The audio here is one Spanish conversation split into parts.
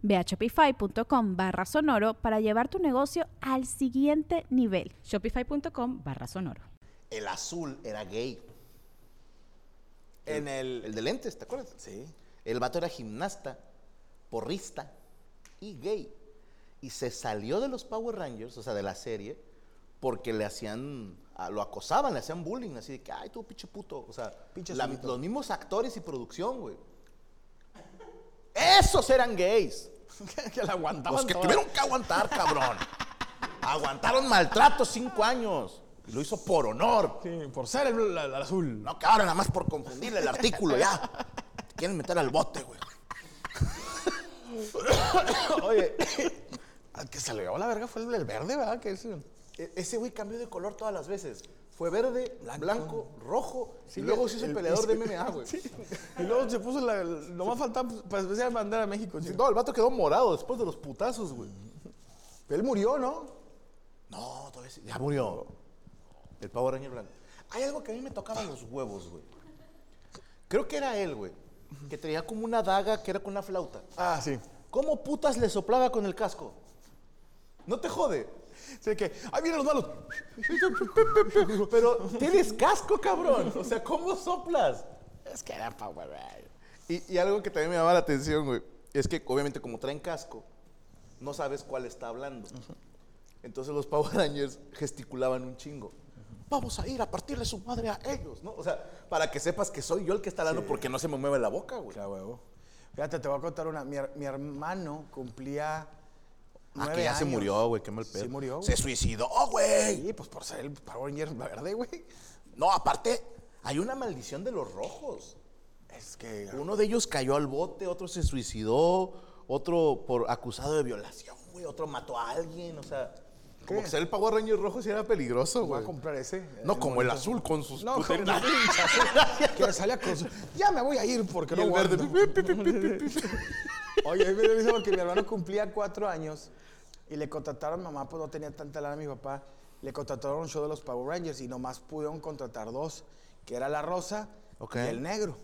Ve a shopify.com barra sonoro para llevar tu negocio al siguiente nivel. Shopify.com barra sonoro. El azul era gay. En el. El de lentes, ¿te acuerdas? Sí. El vato era gimnasta, porrista y gay. Y se salió de los Power Rangers, o sea, de la serie, porque le hacían, a- lo acosaban, le hacían bullying, así de que, ay, tú pinche puto. O sea, Pinche la- azulito. los mismos actores y producción, güey. Esos eran gays. que la aguantaban. Los que toda. tuvieron que aguantar, cabrón. Aguantaron maltrato cinco años. Y lo hizo por honor. Sí, por ser el, bl- la- la azul. No, que ahora nada más por confundir el artículo ya. Te quieren meter al bote, güey. Oye, al que se le llevó la verga fue el, el verde, ¿verdad? Que es, E- Ese güey cambió de color todas las veces. Fue verde, blanco, rojo. Sí, y luego el- se hizo el- peleador de sí. MMA, güey. y luego se puso la. Lo más faltaba pues, para especial bandera a México. Sí, chico. No, el vato quedó morado después de los putazos, güey. Él murió, ¿no? No, todavía sí. Ya murió. El pavo Ranger blanco. Hay algo que a mí me tocaba los huevos, güey. Creo que era él, güey. Que traía como una daga que era con una flauta. Ah, sí. ¿Cómo putas le soplaba con el casco? No te jode. Sí, que. ¡Ahí vienen los malos! Pero tienes casco, cabrón. O sea, ¿cómo soplas? Es que era Power Ranger. Y, y algo que también me llamaba la atención, güey, es que obviamente como traen casco, no sabes cuál está hablando. Entonces los Power Rangers gesticulaban un chingo. Vamos a ir a partirle su madre a ellos, ¿no? O sea, para que sepas que soy yo el que está hablando porque no se me mueve la boca, güey. Claro, huevo. Fíjate, te voy a contar una. Mi, her- mi hermano cumplía. Ah, nueve que ya se años. murió, güey, qué mal pedo. Sí, murió. güey. Se suicidó, güey. Sí, pues por ser el Power Ranger verde, güey. No, aparte, hay una maldición de los rojos. Es que. Uno de ellos cayó al bote, otro se suicidó, otro por acusado de violación, güey, otro mató a alguien, o sea, como ¿Qué? que ser el Power Ranger rojo sí era peligroso, Voy a güey. comprar ese. No como el azul con sus No, putas- como la pinche azul, que salía con su... Ya me voy a ir porque Y no el verde. aguanto. Oye, a mí me dio risa porque mi hermano cumplía cuatro años y le contrataron, mamá pues no tenía tanta lana mi papá, le contrataron un show de los Power Rangers y nomás pudieron contratar dos, que era la rosa Ok. y el negro.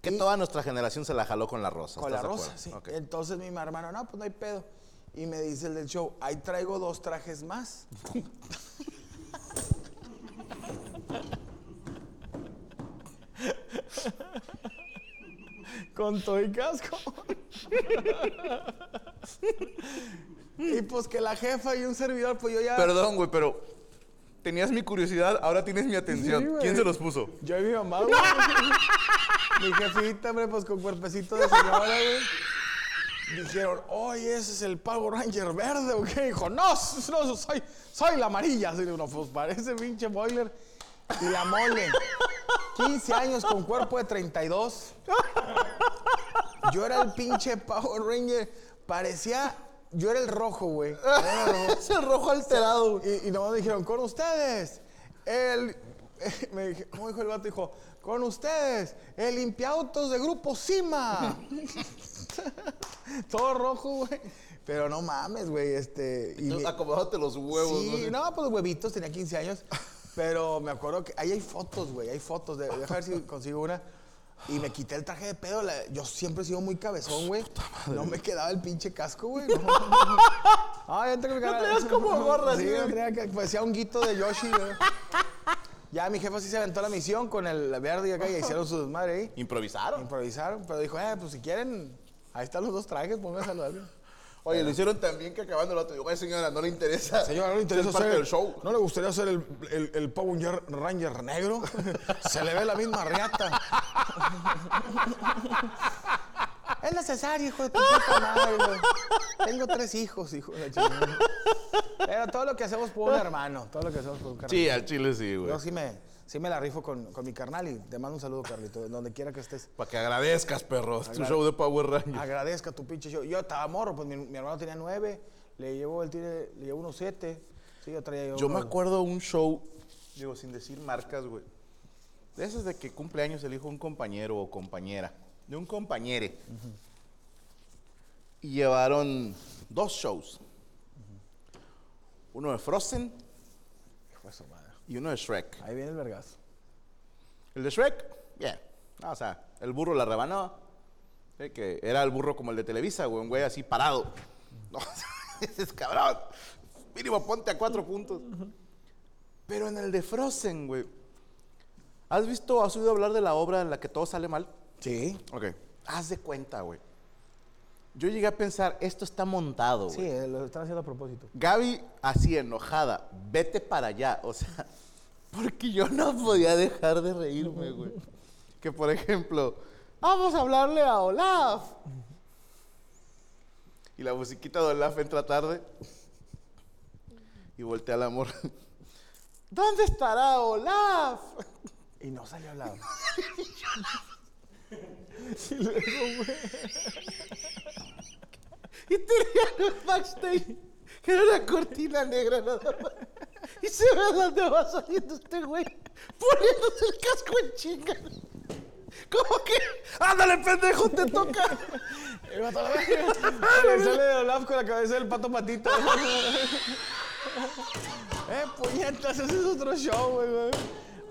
Que toda nuestra generación se la jaló con la rosa. Con la ¿estás de rosa, acuerdo? sí. Ok. Entonces mi hermano, no, pues no hay pedo. Y me dice el del show, ahí traigo dos trajes más. Con todo y casco. y pues que la jefa y un servidor, pues yo ya. Perdón, güey, pero tenías mi curiosidad, ahora tienes mi atención. Sí, güey. ¿Quién se los puso? Yo y mi mamá, güey. mi jefita, hombre, pues con cuerpecito de señora, güey. Dijeron, oye, ese es el Power Ranger verde, ¿o qué? Dijo, no, s- no, soy, soy la amarilla. Así de uno, pues parece pinche boiler. Y la mole, 15 años con cuerpo de 32. Yo era el pinche Power Ranger. Parecía, yo era el rojo, güey. Yo era el rojo. Es el rojo alterado, güey. Y, y nomás me dijeron, con ustedes, el... Me dije, ¿Cómo dijo el vato? Dijo, con ustedes, el limpiautos de Grupo Cima. Todo rojo, güey. Pero no mames, güey, este... y Entonces, me- Acomodándote los huevos. sí, güey. no, pues huevitos, tenía 15 años. Pero me acuerdo que ahí hay fotos, güey, hay fotos. De, deja ver si consigo una. Y me quité el traje de pedo. la- yo siempre he sido muy cabezón, güey. No me quedaba el pinche casco, güey. No, Ah, ya tengo que ganar. traías como gorra, sí. sí. no traía que parecía un guito de Yoshi, güey. Ya mi jefa sí se aventó la misión con el verde y acá y hicieron su desmadre ahí. Improvisaron. Improvisaron, pero dijo, eh, pues si quieren, ahí están los dos trajes, pónganse a Oye, lo hicieron tan bien que acabando el otro. Digo, oye, señora, no le interesa. Señora, ¿no le interesa ser parte ser- del show. ¿No le gustaría ser el, el, el Power Ranger- Ranger negro? Se le ve la misma riata. Es necesario, hijo de tu puta madre, güey. Tengo tres hijos, hijo de la chingada. Pero todo lo que hacemos por un hermano. Todo lo que hacemos por un carnal. Sí, al chile sí, güey. Yo sí me, sí me la rifo con, con mi carnal y te mando un saludo, Carlito, donde quiera que estés. Para que agradezcas, perros. Tu show de Power Rangers. Agradezca tu pinche show. Yo estaba morro, pues mi, mi hermano tenía nueve, le llevo el tire, le llevo unos siete. Sí, yo traía yo. Yo me unos- acuerdo un show, digo, sin decir marcas, güey. De esas de que cumpleaños elijo un compañero o compañera. De un compañere. Y llevaron dos shows. Uno de Frozen Hijo de su madre. y uno de Shrek. Ahí viene el vergazo. El de Shrek, bien. Ah, o sea, el burro la rebanaba. Sí, Que era el burro como el de Televisa, güey, un güey así parado. No, es cabrón. Mínimo ponte a cuatro puntos. Pero en el de Frozen, güey. ¿Has visto, has oído hablar de la obra en la que todo sale mal? Sí. Ok. Haz de cuenta, güey. Yo llegué a pensar, esto está montado, Sí, güey. eh, lo están haciendo a propósito. Gaby, así enojada, vete para allá. O sea, porque yo no podía dejar de reírme, güey. Que por ejemplo, vamos a hablarle a Olaf. Y la musiquita de Olaf entra tarde. Y voltea la morra. ¿Dónde estará Olaf? Y no salió al lado. Y tenía un backstage que era una cortina negra nada más. Y se ve dónde va saliendo este güey poniéndose el casco en chinga. ¿Cómo que? ¡Ándale, pendejo, te toca! El vato a la verga. Ah, Le sale de Olaf con la cabeza del pato patito. eh, puñetas, ese es otro show, güey, güey.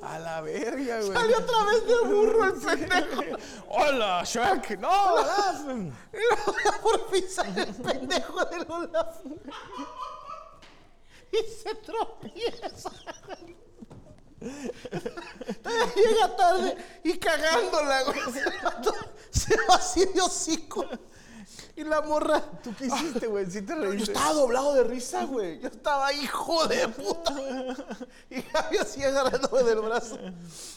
A la verga, güey. Salió otra vez de burro el pendejo. ¡Hola, Shrek! ¡No, Olaf! Y luego por fin sale el pendejo del Olaf. Y se tropieza. Todavía Llega tarde y cagándola, güey. Se va, to- se va así de hocico. Y la morra. ¿Tú qué hiciste, güey? Sí te Yo reíste. estaba doblado de risa, güey. Yo estaba hijo de puta. Y Javi así agarrándome del brazo.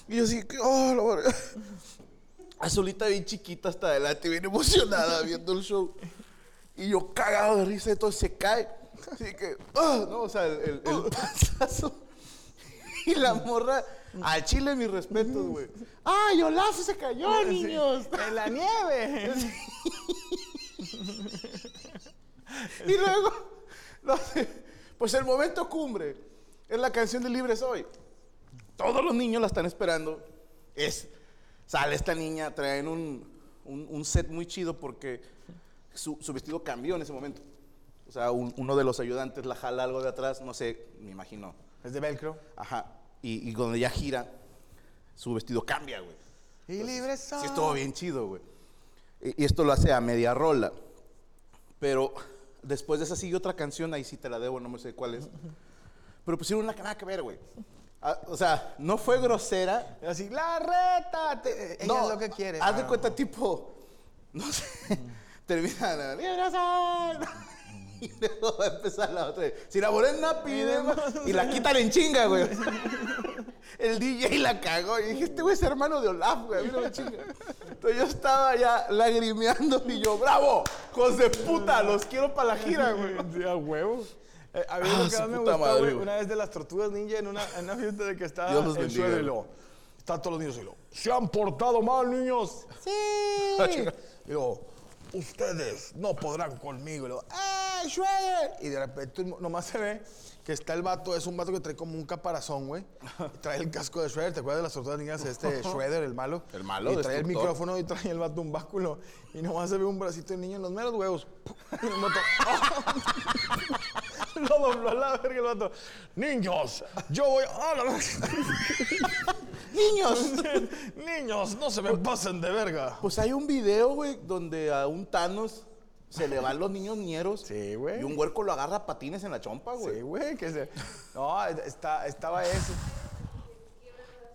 Y yo así, oh, la verga. Azulita bien chiquita hasta adelante, bien emocionada viendo el show. Y yo cagado de risa, entonces se cae. Así que, ah, no, o sea, el, el- el panzazo. Y la morra, al chile mis respetos, güey. ¡Ay, Olaf se cayó, niños! ¡En la nieve! Y luego, lo de- pues el momento cumbre es la canción de Libre Soy. Todos los niños la están esperando. Es, sale esta niña, traen un, un- un set muy chido porque su, su vestido cambió en ese momento. O sea, un- uno de los ayudantes la jala algo de atrás, no sé, me imagino. Es de velcro. Ajá. Y, y cuando ya gira, su vestido cambia, güey. Y libre soy. Sí, estuvo bien chido, güey. Y, y esto lo hace a media rola. Pero después de esa sigue otra canción, ahí sí te la debo, no me sé cuál es. Pero pusieron una que nada que ver, güey. Ah, o sea, no fue grosera. Así, la reta. te- eh, ella no, es lo que quiere. Haz de Ah. cuenta, tipo, no sé, termina la libre soy". Y luego va a empezar la otra. Si la morena Eh, pide más", Y la quitan en chinga, güey. El DJ la cagó. Y dije, este güey es hermano de Olaf, güey. A mí no me chinga. Entonces yo estaba ya lagrimeando y yo, bravo, hijos de puta, los quiero para la gira, güey. Sí, a huevo. Eh, a mí Ah, lo que su más me puta gustó, madre, güey, güey. una vez de las tortugas ninja en una, en una fiesta de que estaba Dios los el bendiga, suelo y güey. luego, están todos los niños y luego, ¡se han portado mal, niños! ¡Sí! y luego, ustedes no podrán conmigo. Y luego, ¡eh, Schwager! Y de repente un- nomás se ve que está el vato, es un vato que trae como un caparazón, güey. y Trae el casco de Shredder, ¿te acuerdas de las tortugas ninjas? Este Shredder, el malo. El malo, Y trae el destructor. micrófono micrófono y trae el vato un báculo. Y nomás se ve un bracito de niño en los meros huevos. Y el vato, ¡ah! Lo dobló a la verga el vato. Niños, yo voy. ¡Ah, la verga! Niños. Niños, no se me pasen de verga. Pues hay un video, güey, donde a un Thanos se le van los niños ñeros. Sí, güey. Y un huerco lo agarra a patines en la chompa, güey. Sí, güey, que se. No, está, estaba eso.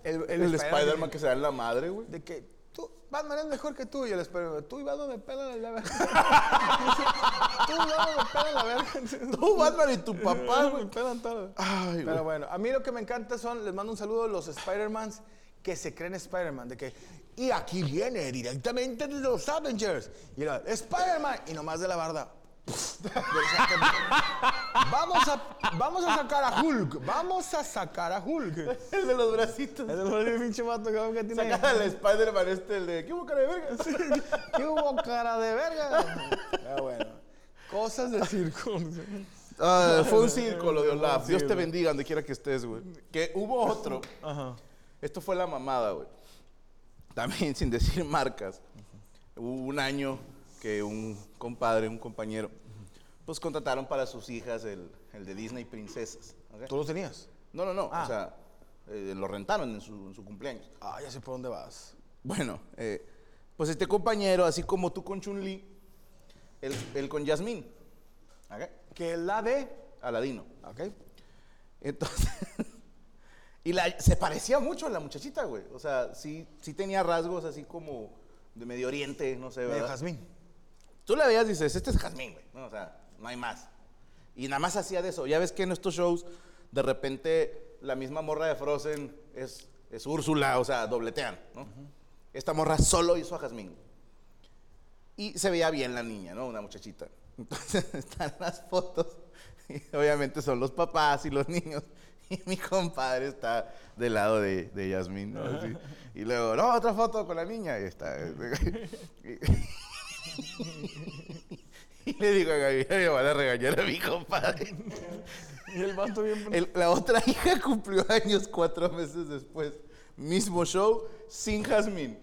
El, el El Spider-Man que se da en la madre, güey. De que tú, Batman es mejor que tú. Y el Spider-Man, tú y Batman me pelan la verga. Tú no me pelan la verga. Tú, Batman y tu papá, Me güey. pelan todo. Ay, güey. Pero bueno, a mí lo que me encanta son, les mando un saludo a los Spider-Mans que se creen Spider-Man, de que, y aquí viene directamente de los Avengers, y era, Spider-Man, y nomás de la barda. vamos, a, vamos a sacar a Hulk, vamos a sacar a Hulk. Es El de los bracitos. el pinche vato cabrón, que tiene. Sacar al Spider-Man este, el de. ¿Qué hubo, cara de verga? ¿Qué hubo, cara de verga? Pero bueno, cosas de circo. Ah, fue un circo lo de Olaf. Dios te bendiga donde quiera que estés, güey. Que hubo otro. Esto fue la mamada, güey. También sin decir marcas. Hubo un año que un compadre, un compañero, pues contrataron para sus hijas el, el de Disney Princesas. ¿ok? ¿Tú lo tenías? No, no, no. Ah. O sea, eh, lo rentaron en su, en su cumpleaños. Ah, ya sé por dónde vas. Bueno, eh, pues este compañero, así como tú con Chun-Li, él, él con Yasmín. ¿ok? Que la de. Aladino. Ok. Entonces. y la, se parecía mucho a la muchachita, güey. O sea, sí, sí tenía rasgos así como de Medio Oriente, no sé, ¿verdad? Medio jazmín. Tú la veías y dices, este es Jazmín, güey. No, o sea, no hay más. Y nada más hacía de eso. Ya ves que en estos shows, de repente, la misma morra de Frozen es, es Úrsula, o sea, dobletean, ¿no? Esta morra solo hizo a Jazmín. Y se veía bien la niña, ¿no? Una muchachita. Entonces están las fotos. Y obviamente son los papás y los niños. Y mi compadre está del lado de, de Yasmín, ¿no? Así. Y luego, no, otra foto con la niña. Y está. este, Y le digo a Gaby, me van a regañar a mi compadre. Y el vato bien. El- la otra hija cumplió años cuatro meses después. Mismo show, sin Jazmín.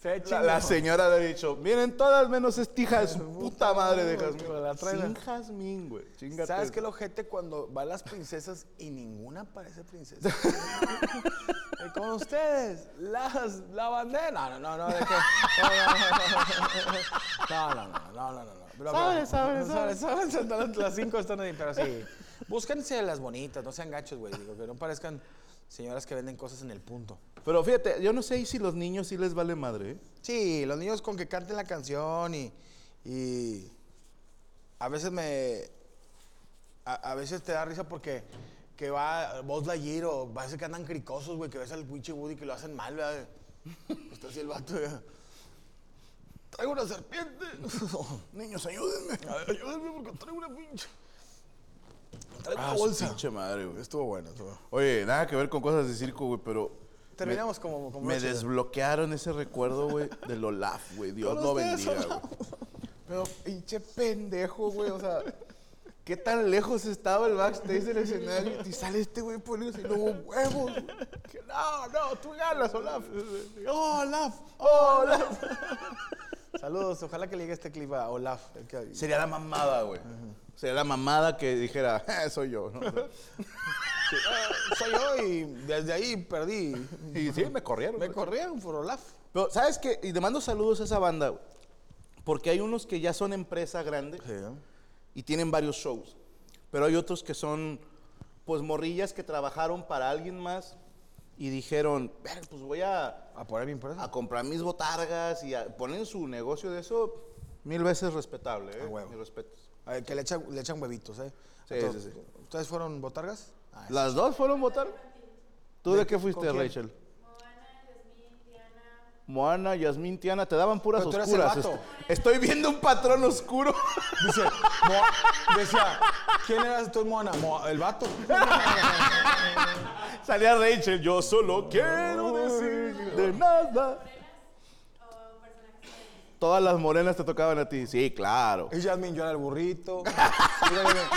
Se La, la señora le ha dicho, miren todas menos esta hija de su puta madre de madre, Jazmín. güey, la traen. Sin Jazmín, güey. Chingate. ¿Sabes qué lo ojete cuando van las princesas y ninguna parece princesa? Y con ustedes, las, la bandera. No, no, no, no, de que- no, no, no, no, no, no, no, no. Pero, Sabes, pero- sabes, sabes. sabes, están- Las cinco están ahí, pero sí. Búsquense las bonitas, no sean gachos, güey. Digo, que no parezcan señoras que venden cosas en el punto. Pero fíjate, yo no sé si los niños sí les vale madre, ¿eh? Sí, los niños con que canten la canción y. y a veces me. A, a veces te da risa porque. Que va Buzz Lightyear o parece que andan cricosos, güey, que ves al pinche Woody que lo hacen mal, ¿verdad? Está así el vato, ya. Traigo una serpiente. Niños, ayúdenme. Ayúdenme porque traigo una pinche. Traigo Ah, una su bolsa. pinche madre, güey. Estuvo bueno, estuvo. Oye, nada que ver con cosas de circo, güey, pero... me- Terminamos como- como Me broche, güey. desbloquearon ese recuerdo, güey, del Olaf, güey. Dios Con no ustedes, bendiga, güey. Olaf. Pero pinche pendejo, güey, o sea... ¿Qué tan lejos estaba el backstage del escenario? Y sale este güey poniéndose los huevos. güey. Que no, no, tú ganas, Olaf. ¡Oh, Olaf! ¡Oh, Olaf! Saludos, ojalá que le llegue este clip a Olaf. el que- Sería la mamada, güey. Sería la mamada que dijera, "Eh, soy yo, ¿no? Ah, soy yo y desde ahí perdí. Y sí, me corrieron. Me güey. corrieron por Olaf. Pero, ¿sabes qué? Y te mando saludos a esa banda, güey. Porque hay unos que ya son empresa grande y tienen varios shows. Pero hay otros que son, pues, morrillas que trabajaron para alguien más y dijeron, "Ver, pues voy a, A poner mi empresa. a comprar mis botargas y a poner su negocio de eso. Mil veces respetable, ¿eh? A huevo. Mis respetos. A ver, que le echan, le echan huevitos, ¿eh? Sí, A todo- sí, sí. ¿Ustedes fueron botargas? Ah, ¿Las dos fueron votar? ¿Tú de, qué fuiste, quién? Rachel? Moana, Yasmín, Tiana, te daban puras Pero tú eras el oscuras. vato. Est- Estoy viendo un patrón oscuro. Dice, Moa- decía, ¿quién eras tú, Moana? Moa- el vato. Salía Rachel, yo solo quiero decir de nada. Todas las morenas te tocaban a ti. Sí, claro. Y Jasmine, yo era el burrito. Mira, mira,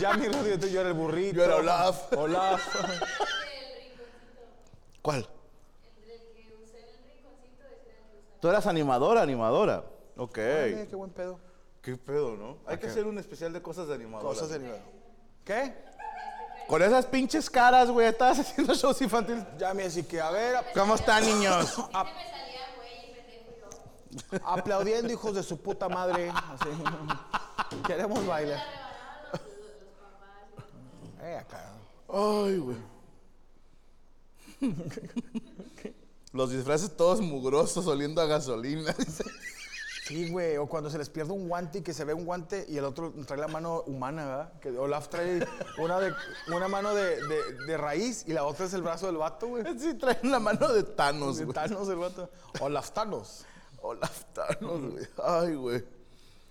Jasmine Rodríguez, yo era el burrito. Yo era Olaf. Olaf. ¿Cuál? Tú eras animadora, animadora. Ok. Órale, qué buen pedo. Qué pedo, ¿no? Hay que hacer un especial de cosas de animadoras. Cosas de nivel. ¿Qué? Con esas pinches caras, güey, estabas haciendo shows infantiles. Jasmine, así que, a ver, a- ¿Cómo están, niños? aplaudiendo, hijos de su puta madre. Así. Queremos bailar. Eh, acá. Ay, güey. Los disfraces todos mugrosos, oliendo a gasolina. dice. Sí, güey. O cuando se les pierde un guante y que se ve un guante y el otro trae la mano humana, ¿verdad? Que Olaf trae una, de, una mano de, de- de raíz y la otra es el brazo del vato, güey. Sí, traen la mano de Thanos, De güey. Thanos el vato. Olaf Thanos. Olaf Thanos, güey. Ay, güey.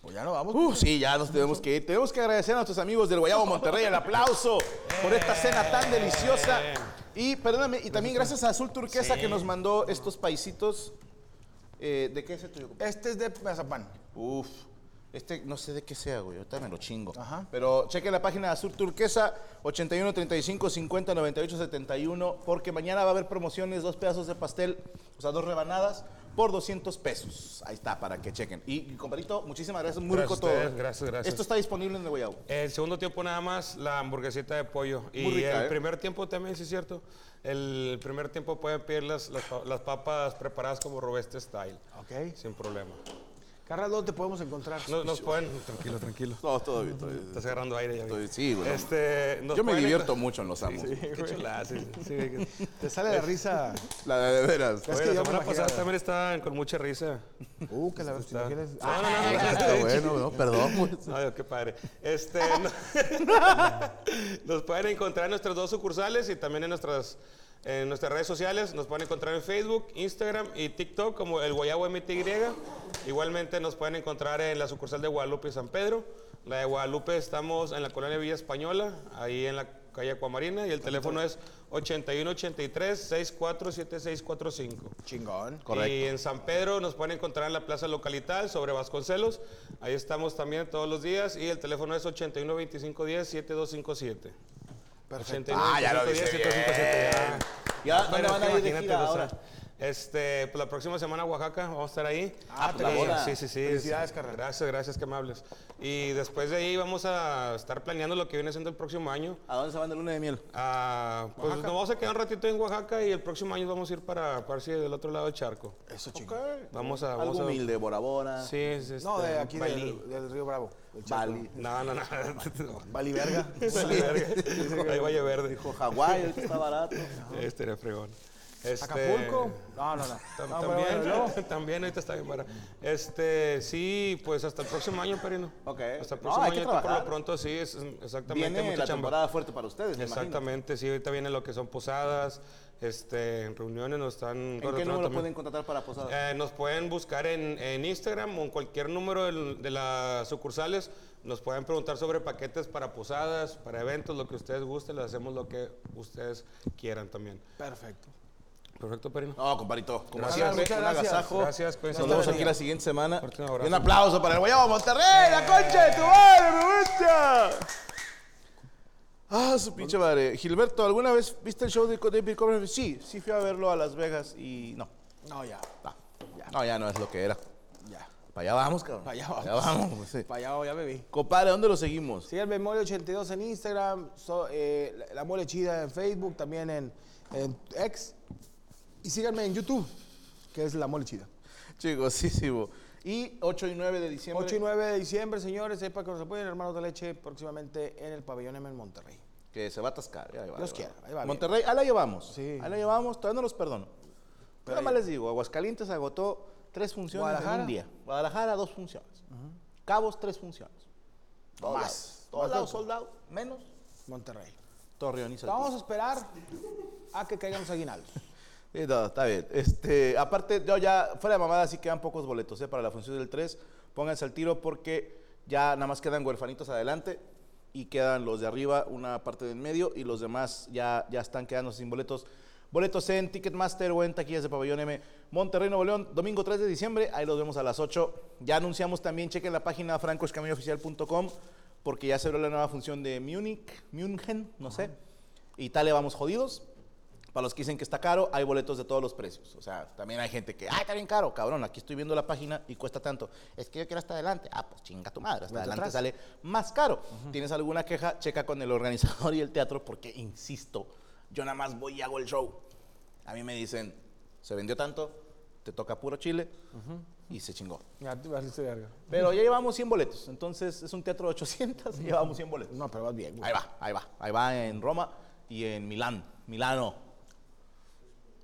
Pues ya no vamos. Uh, sí, ya nos tenemos que ir. Tenemos que agradecer a nuestros amigos del Guayabo Monterrey el aplauso por esta cena tan deliciosa. Y perdóname, y también gracias a Azul Turquesa que nos mandó estos paisitos. Eh, ¿De qué es el tuyo? compadre? Este es de Mazapán. Uf, este no sé de qué sea, güey. Ahorita me lo chingo. Ajá. Pero chequen la página de Azul Turquesa 81 35 50 98 71 porque mañana va a haber promociones, dos pedazos de pastel, o sea, dos rebanadas por 200 pesos. Ahí está, para que chequen. Y, y, compadrito, muchísimas gracias. Muy Gracias rico a todo. ustedes, gracias, gracias. Esto está disponible en el Guayabo. El segundo tiempo nada más la hamburguesita de pollo. Y Muy rica, el ¿eh? primer tiempo también, sí es cierto. El primer tiempo pueden pedir las, las pa- las papas preparadas como Robeste Style. Ok. Sin problema. Carras, ¿dónde te podemos encontrar? No- nos pueden... Tranquilo, tranquilo. No, todo bien, todo bien. Estás agarrando aire ya. vi. Estoy- sí, güey. Este, nos Yo me pueden- divierto mucho en los amos. Qué chulada, sí, sí, sí. Te sale de risa. La de, de veras. Es Oye, que yo la me semana imaginaba. pasada también estaban con mucha risa. Uh, que la Este verdad, si no quieres. Ah, No, no, no, no, Está bueno, no, perdón, pues. güey. Ay, Dios, qué padre. Este, no- nos pueden encontrar en nuestras dos sucursales y también en nuestras, en nuestras redes sociales. Nos pueden encontrar en Facebook, Instagram y TikTok como el Guayabo MTY. Igualmente nos pueden encontrar en la sucursal de Guadalupe y San Pedro. La de Guadalupe estamos en la colonia Villa Española, ahí en la calle Acuamarina y el teléfono es 8183-647645. Chingón. Y en San Pedro nos pueden encontrar en la Plaza Localital sobre Vasconcelos. Ahí estamos también todos los días y el teléfono es 81 25 10 7257. Perfecto. Ah, ya lo dice bien. Ya, ¿dónde van a ir de gira ahora? Este, pues la próxima semana a Oaxaca, vamos a estar ahí. Ah, pues la Y- boda. Sí, sí, sí. Felicidades, sí. carnal. Gracias, gracias, que amables. Y después de ahí vamos a estar planeando lo que viene siendo el próximo año. ¿A dónde se van de luna de miel? Ah, pues nos vamos a quedar un ratito en Oaxaca y el próximo año vamos a ir para, para sí, del otro lado del charco. Eso, chingón. Vamos a. Algo vamos a- humilde, Bora Bora, Sí, es este, No, de aquí Bailín. del, del Río Bravo. del Chaco. Bali, No, no, no. Bali verga. Vale, verga. Ahí Valle Verde. o Hawái, ahorita está barato. Este era fregón. Este, Acapulco. No, no, no. tam- Ah, No, pero también, bueno, luego. también ahorita está bien para. Este, sí, pues hasta el próximo año, Perino. Ok. Hasta No, el próximo hay que año, ahorita por trabajar. lo pronto, sí, es es exactamente Viene mucha la chamba. temporada fuerte para ustedes, me imagino. Exactamente, sí, ahorita viene lo que son posadas, este, reuniones, nos están. ¿En qué contratando número también. pueden contratar para posadas? Eh, nos pueden buscar en, en Instagram o en cualquier número del- de las sucursales. Nos pueden preguntar sobre paquetes para posadas, para eventos, lo que ustedes gusten. Les hacemos lo que ustedes quieran también. Perfecto. Perfecto, Perino. No, comparito, como Gracias, siempre, muchas un gracias. agasajo. Gracias, cuídense Nos mucho. vemos aquí la siguiente semana. Fuerte Y un abrazo. Eh. un aplauso para el Guayabo Monterrey, la concha de tu madre, me gusta. Ah, su pinche madre. Gilberto, ¿alguna vez viste el show de David Copperfield? Sí, sí fui a verlo a Las Vegas y no. No, ya. No, no, ya no es lo que era. Ya. Para allá vamos, cabrón. Pa' allá vamos. Pa' allá vamos, pues, sí. Para allá, ya bebí. Compadre, ¿dónde lo seguimos? Síganme en Mole82 en Instagram, so- eh, La- La Mole Chida en Facebook, también en, en X. Y síganme en YouTube, que es La Mole Chida. Chicosísimo. Y 8 y 9 de diciembre. 8 y 9 de diciembre, señores, ahí para que nos apoyen, hermanos de leche, próximamente en el pabellón M en Monterrey. Que se va a atascar. Ahí va, Dios ahí va. quiera, ahí va bien. Monterrey, ahí la llevamos. Sí. Ahí la llevamos, todavía no los perdono. Pero nada más ahí- les digo, Aguascalientes agotó tres funciones en Guadalajara. un día. Guadalajara, dos funciones. Cabos, tres funciones. Todos Más. lados, Todos Más lados, loco. sold out, menos Monterrey. Torreón y Saltillo. Vamos a esperar a que caigan los aguinaldos. Sí, no, está bien. Este, aparte, yo ya, fuera de mamada, sí quedan pocos boletos ¿eh? para la función del 3. Pónganse al tiro porque ya nada más quedan huerfanitos adelante y quedan los de arriba, una parte de en medio y los demás ya, ya están quedando sin boletos. Boletos en Ticketmaster o en taquillas de Pabellón M, Monterrey, Nuevo León, domingo 3 de diciembre. Ahí los vemos a las 8. Ya anunciamos también, chequen la página francoescamillooficial.com porque ya se abrió la nueva función de Munich, München, no sé. Italia vamos jodidos. Para los que dicen que está caro, hay boletos de todos los precios. O sea, también hay gente que, ay, está bien caro, cabrón, aquí estoy viendo la página y cuesta tanto. Es que yo quiero hasta adelante. Ah, pues chinga tu madre, hasta adelante sale más caro. ¿Tienes alguna queja? Checa con el organizador y el teatro porque, insisto, yo nada más voy y hago el show. A mí me dicen, se vendió tanto, te toca puro chile y se chingó. Ya, te valiste verga. Pero ya llevamos 100 boletos, entonces es un teatro de 800 y llevamos 100 boletos. No, pero vas bien, güey. Ahí va, ahí va, ahí va en Roma y en Milán, Milano.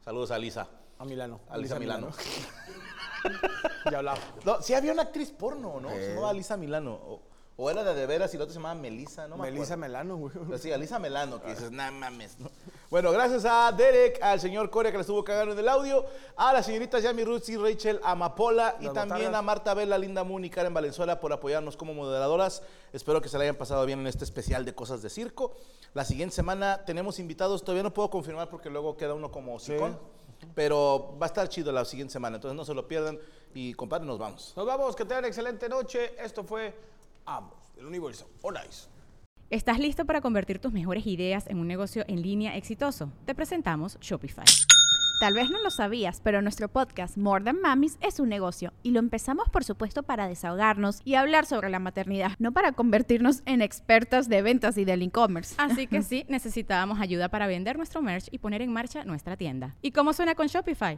Saludos a Lisa. A Milano. A Lisa Milano. Ya hablaba. No, sí había una actriz porno, ¿no? Se llamaba Lisa Milano. O, o era la de veras y la otra se llamaba Melissa, ¿no? me Melissa acuerdo. Melano, güey. Pero sí, a Lisa Melano, que dices, nah mames. ¿no? Bueno, gracias a Derek, al señor Corea que le estuvo cagando en el audio, a las señoritas Yami Ruth y Rachel Amapola y Las también botargas. a Marta Vela, Linda Moon y Karen Valenzuela por apoyarnos como moderadoras. Espero que se la hayan pasado bien en este especial de cosas de circo. La siguiente semana tenemos invitados, todavía no puedo confirmar porque luego queda uno como sicón, pero va a estar chido la siguiente semana, entonces no se lo pierdan y compadre, nos vamos. Nos vamos, que tengan excelente noche. Esto fue Amos, del universo. Oh, nice. ¿Estás listo para convertir tus mejores ideas en un negocio en línea exitoso? Te presentamos Shopify. Tal vez no lo sabías, pero nuestro podcast More Than Mamis es un negocio y lo empezamos por supuesto para desahogarnos y hablar sobre la maternidad, no para convertirnos en expertas de ventas y del e-commerce. Ah, Así que sí, necesitábamos ayuda para vender nuestro merch y poner en marcha nuestra tienda. ¿Y cómo suena con Shopify?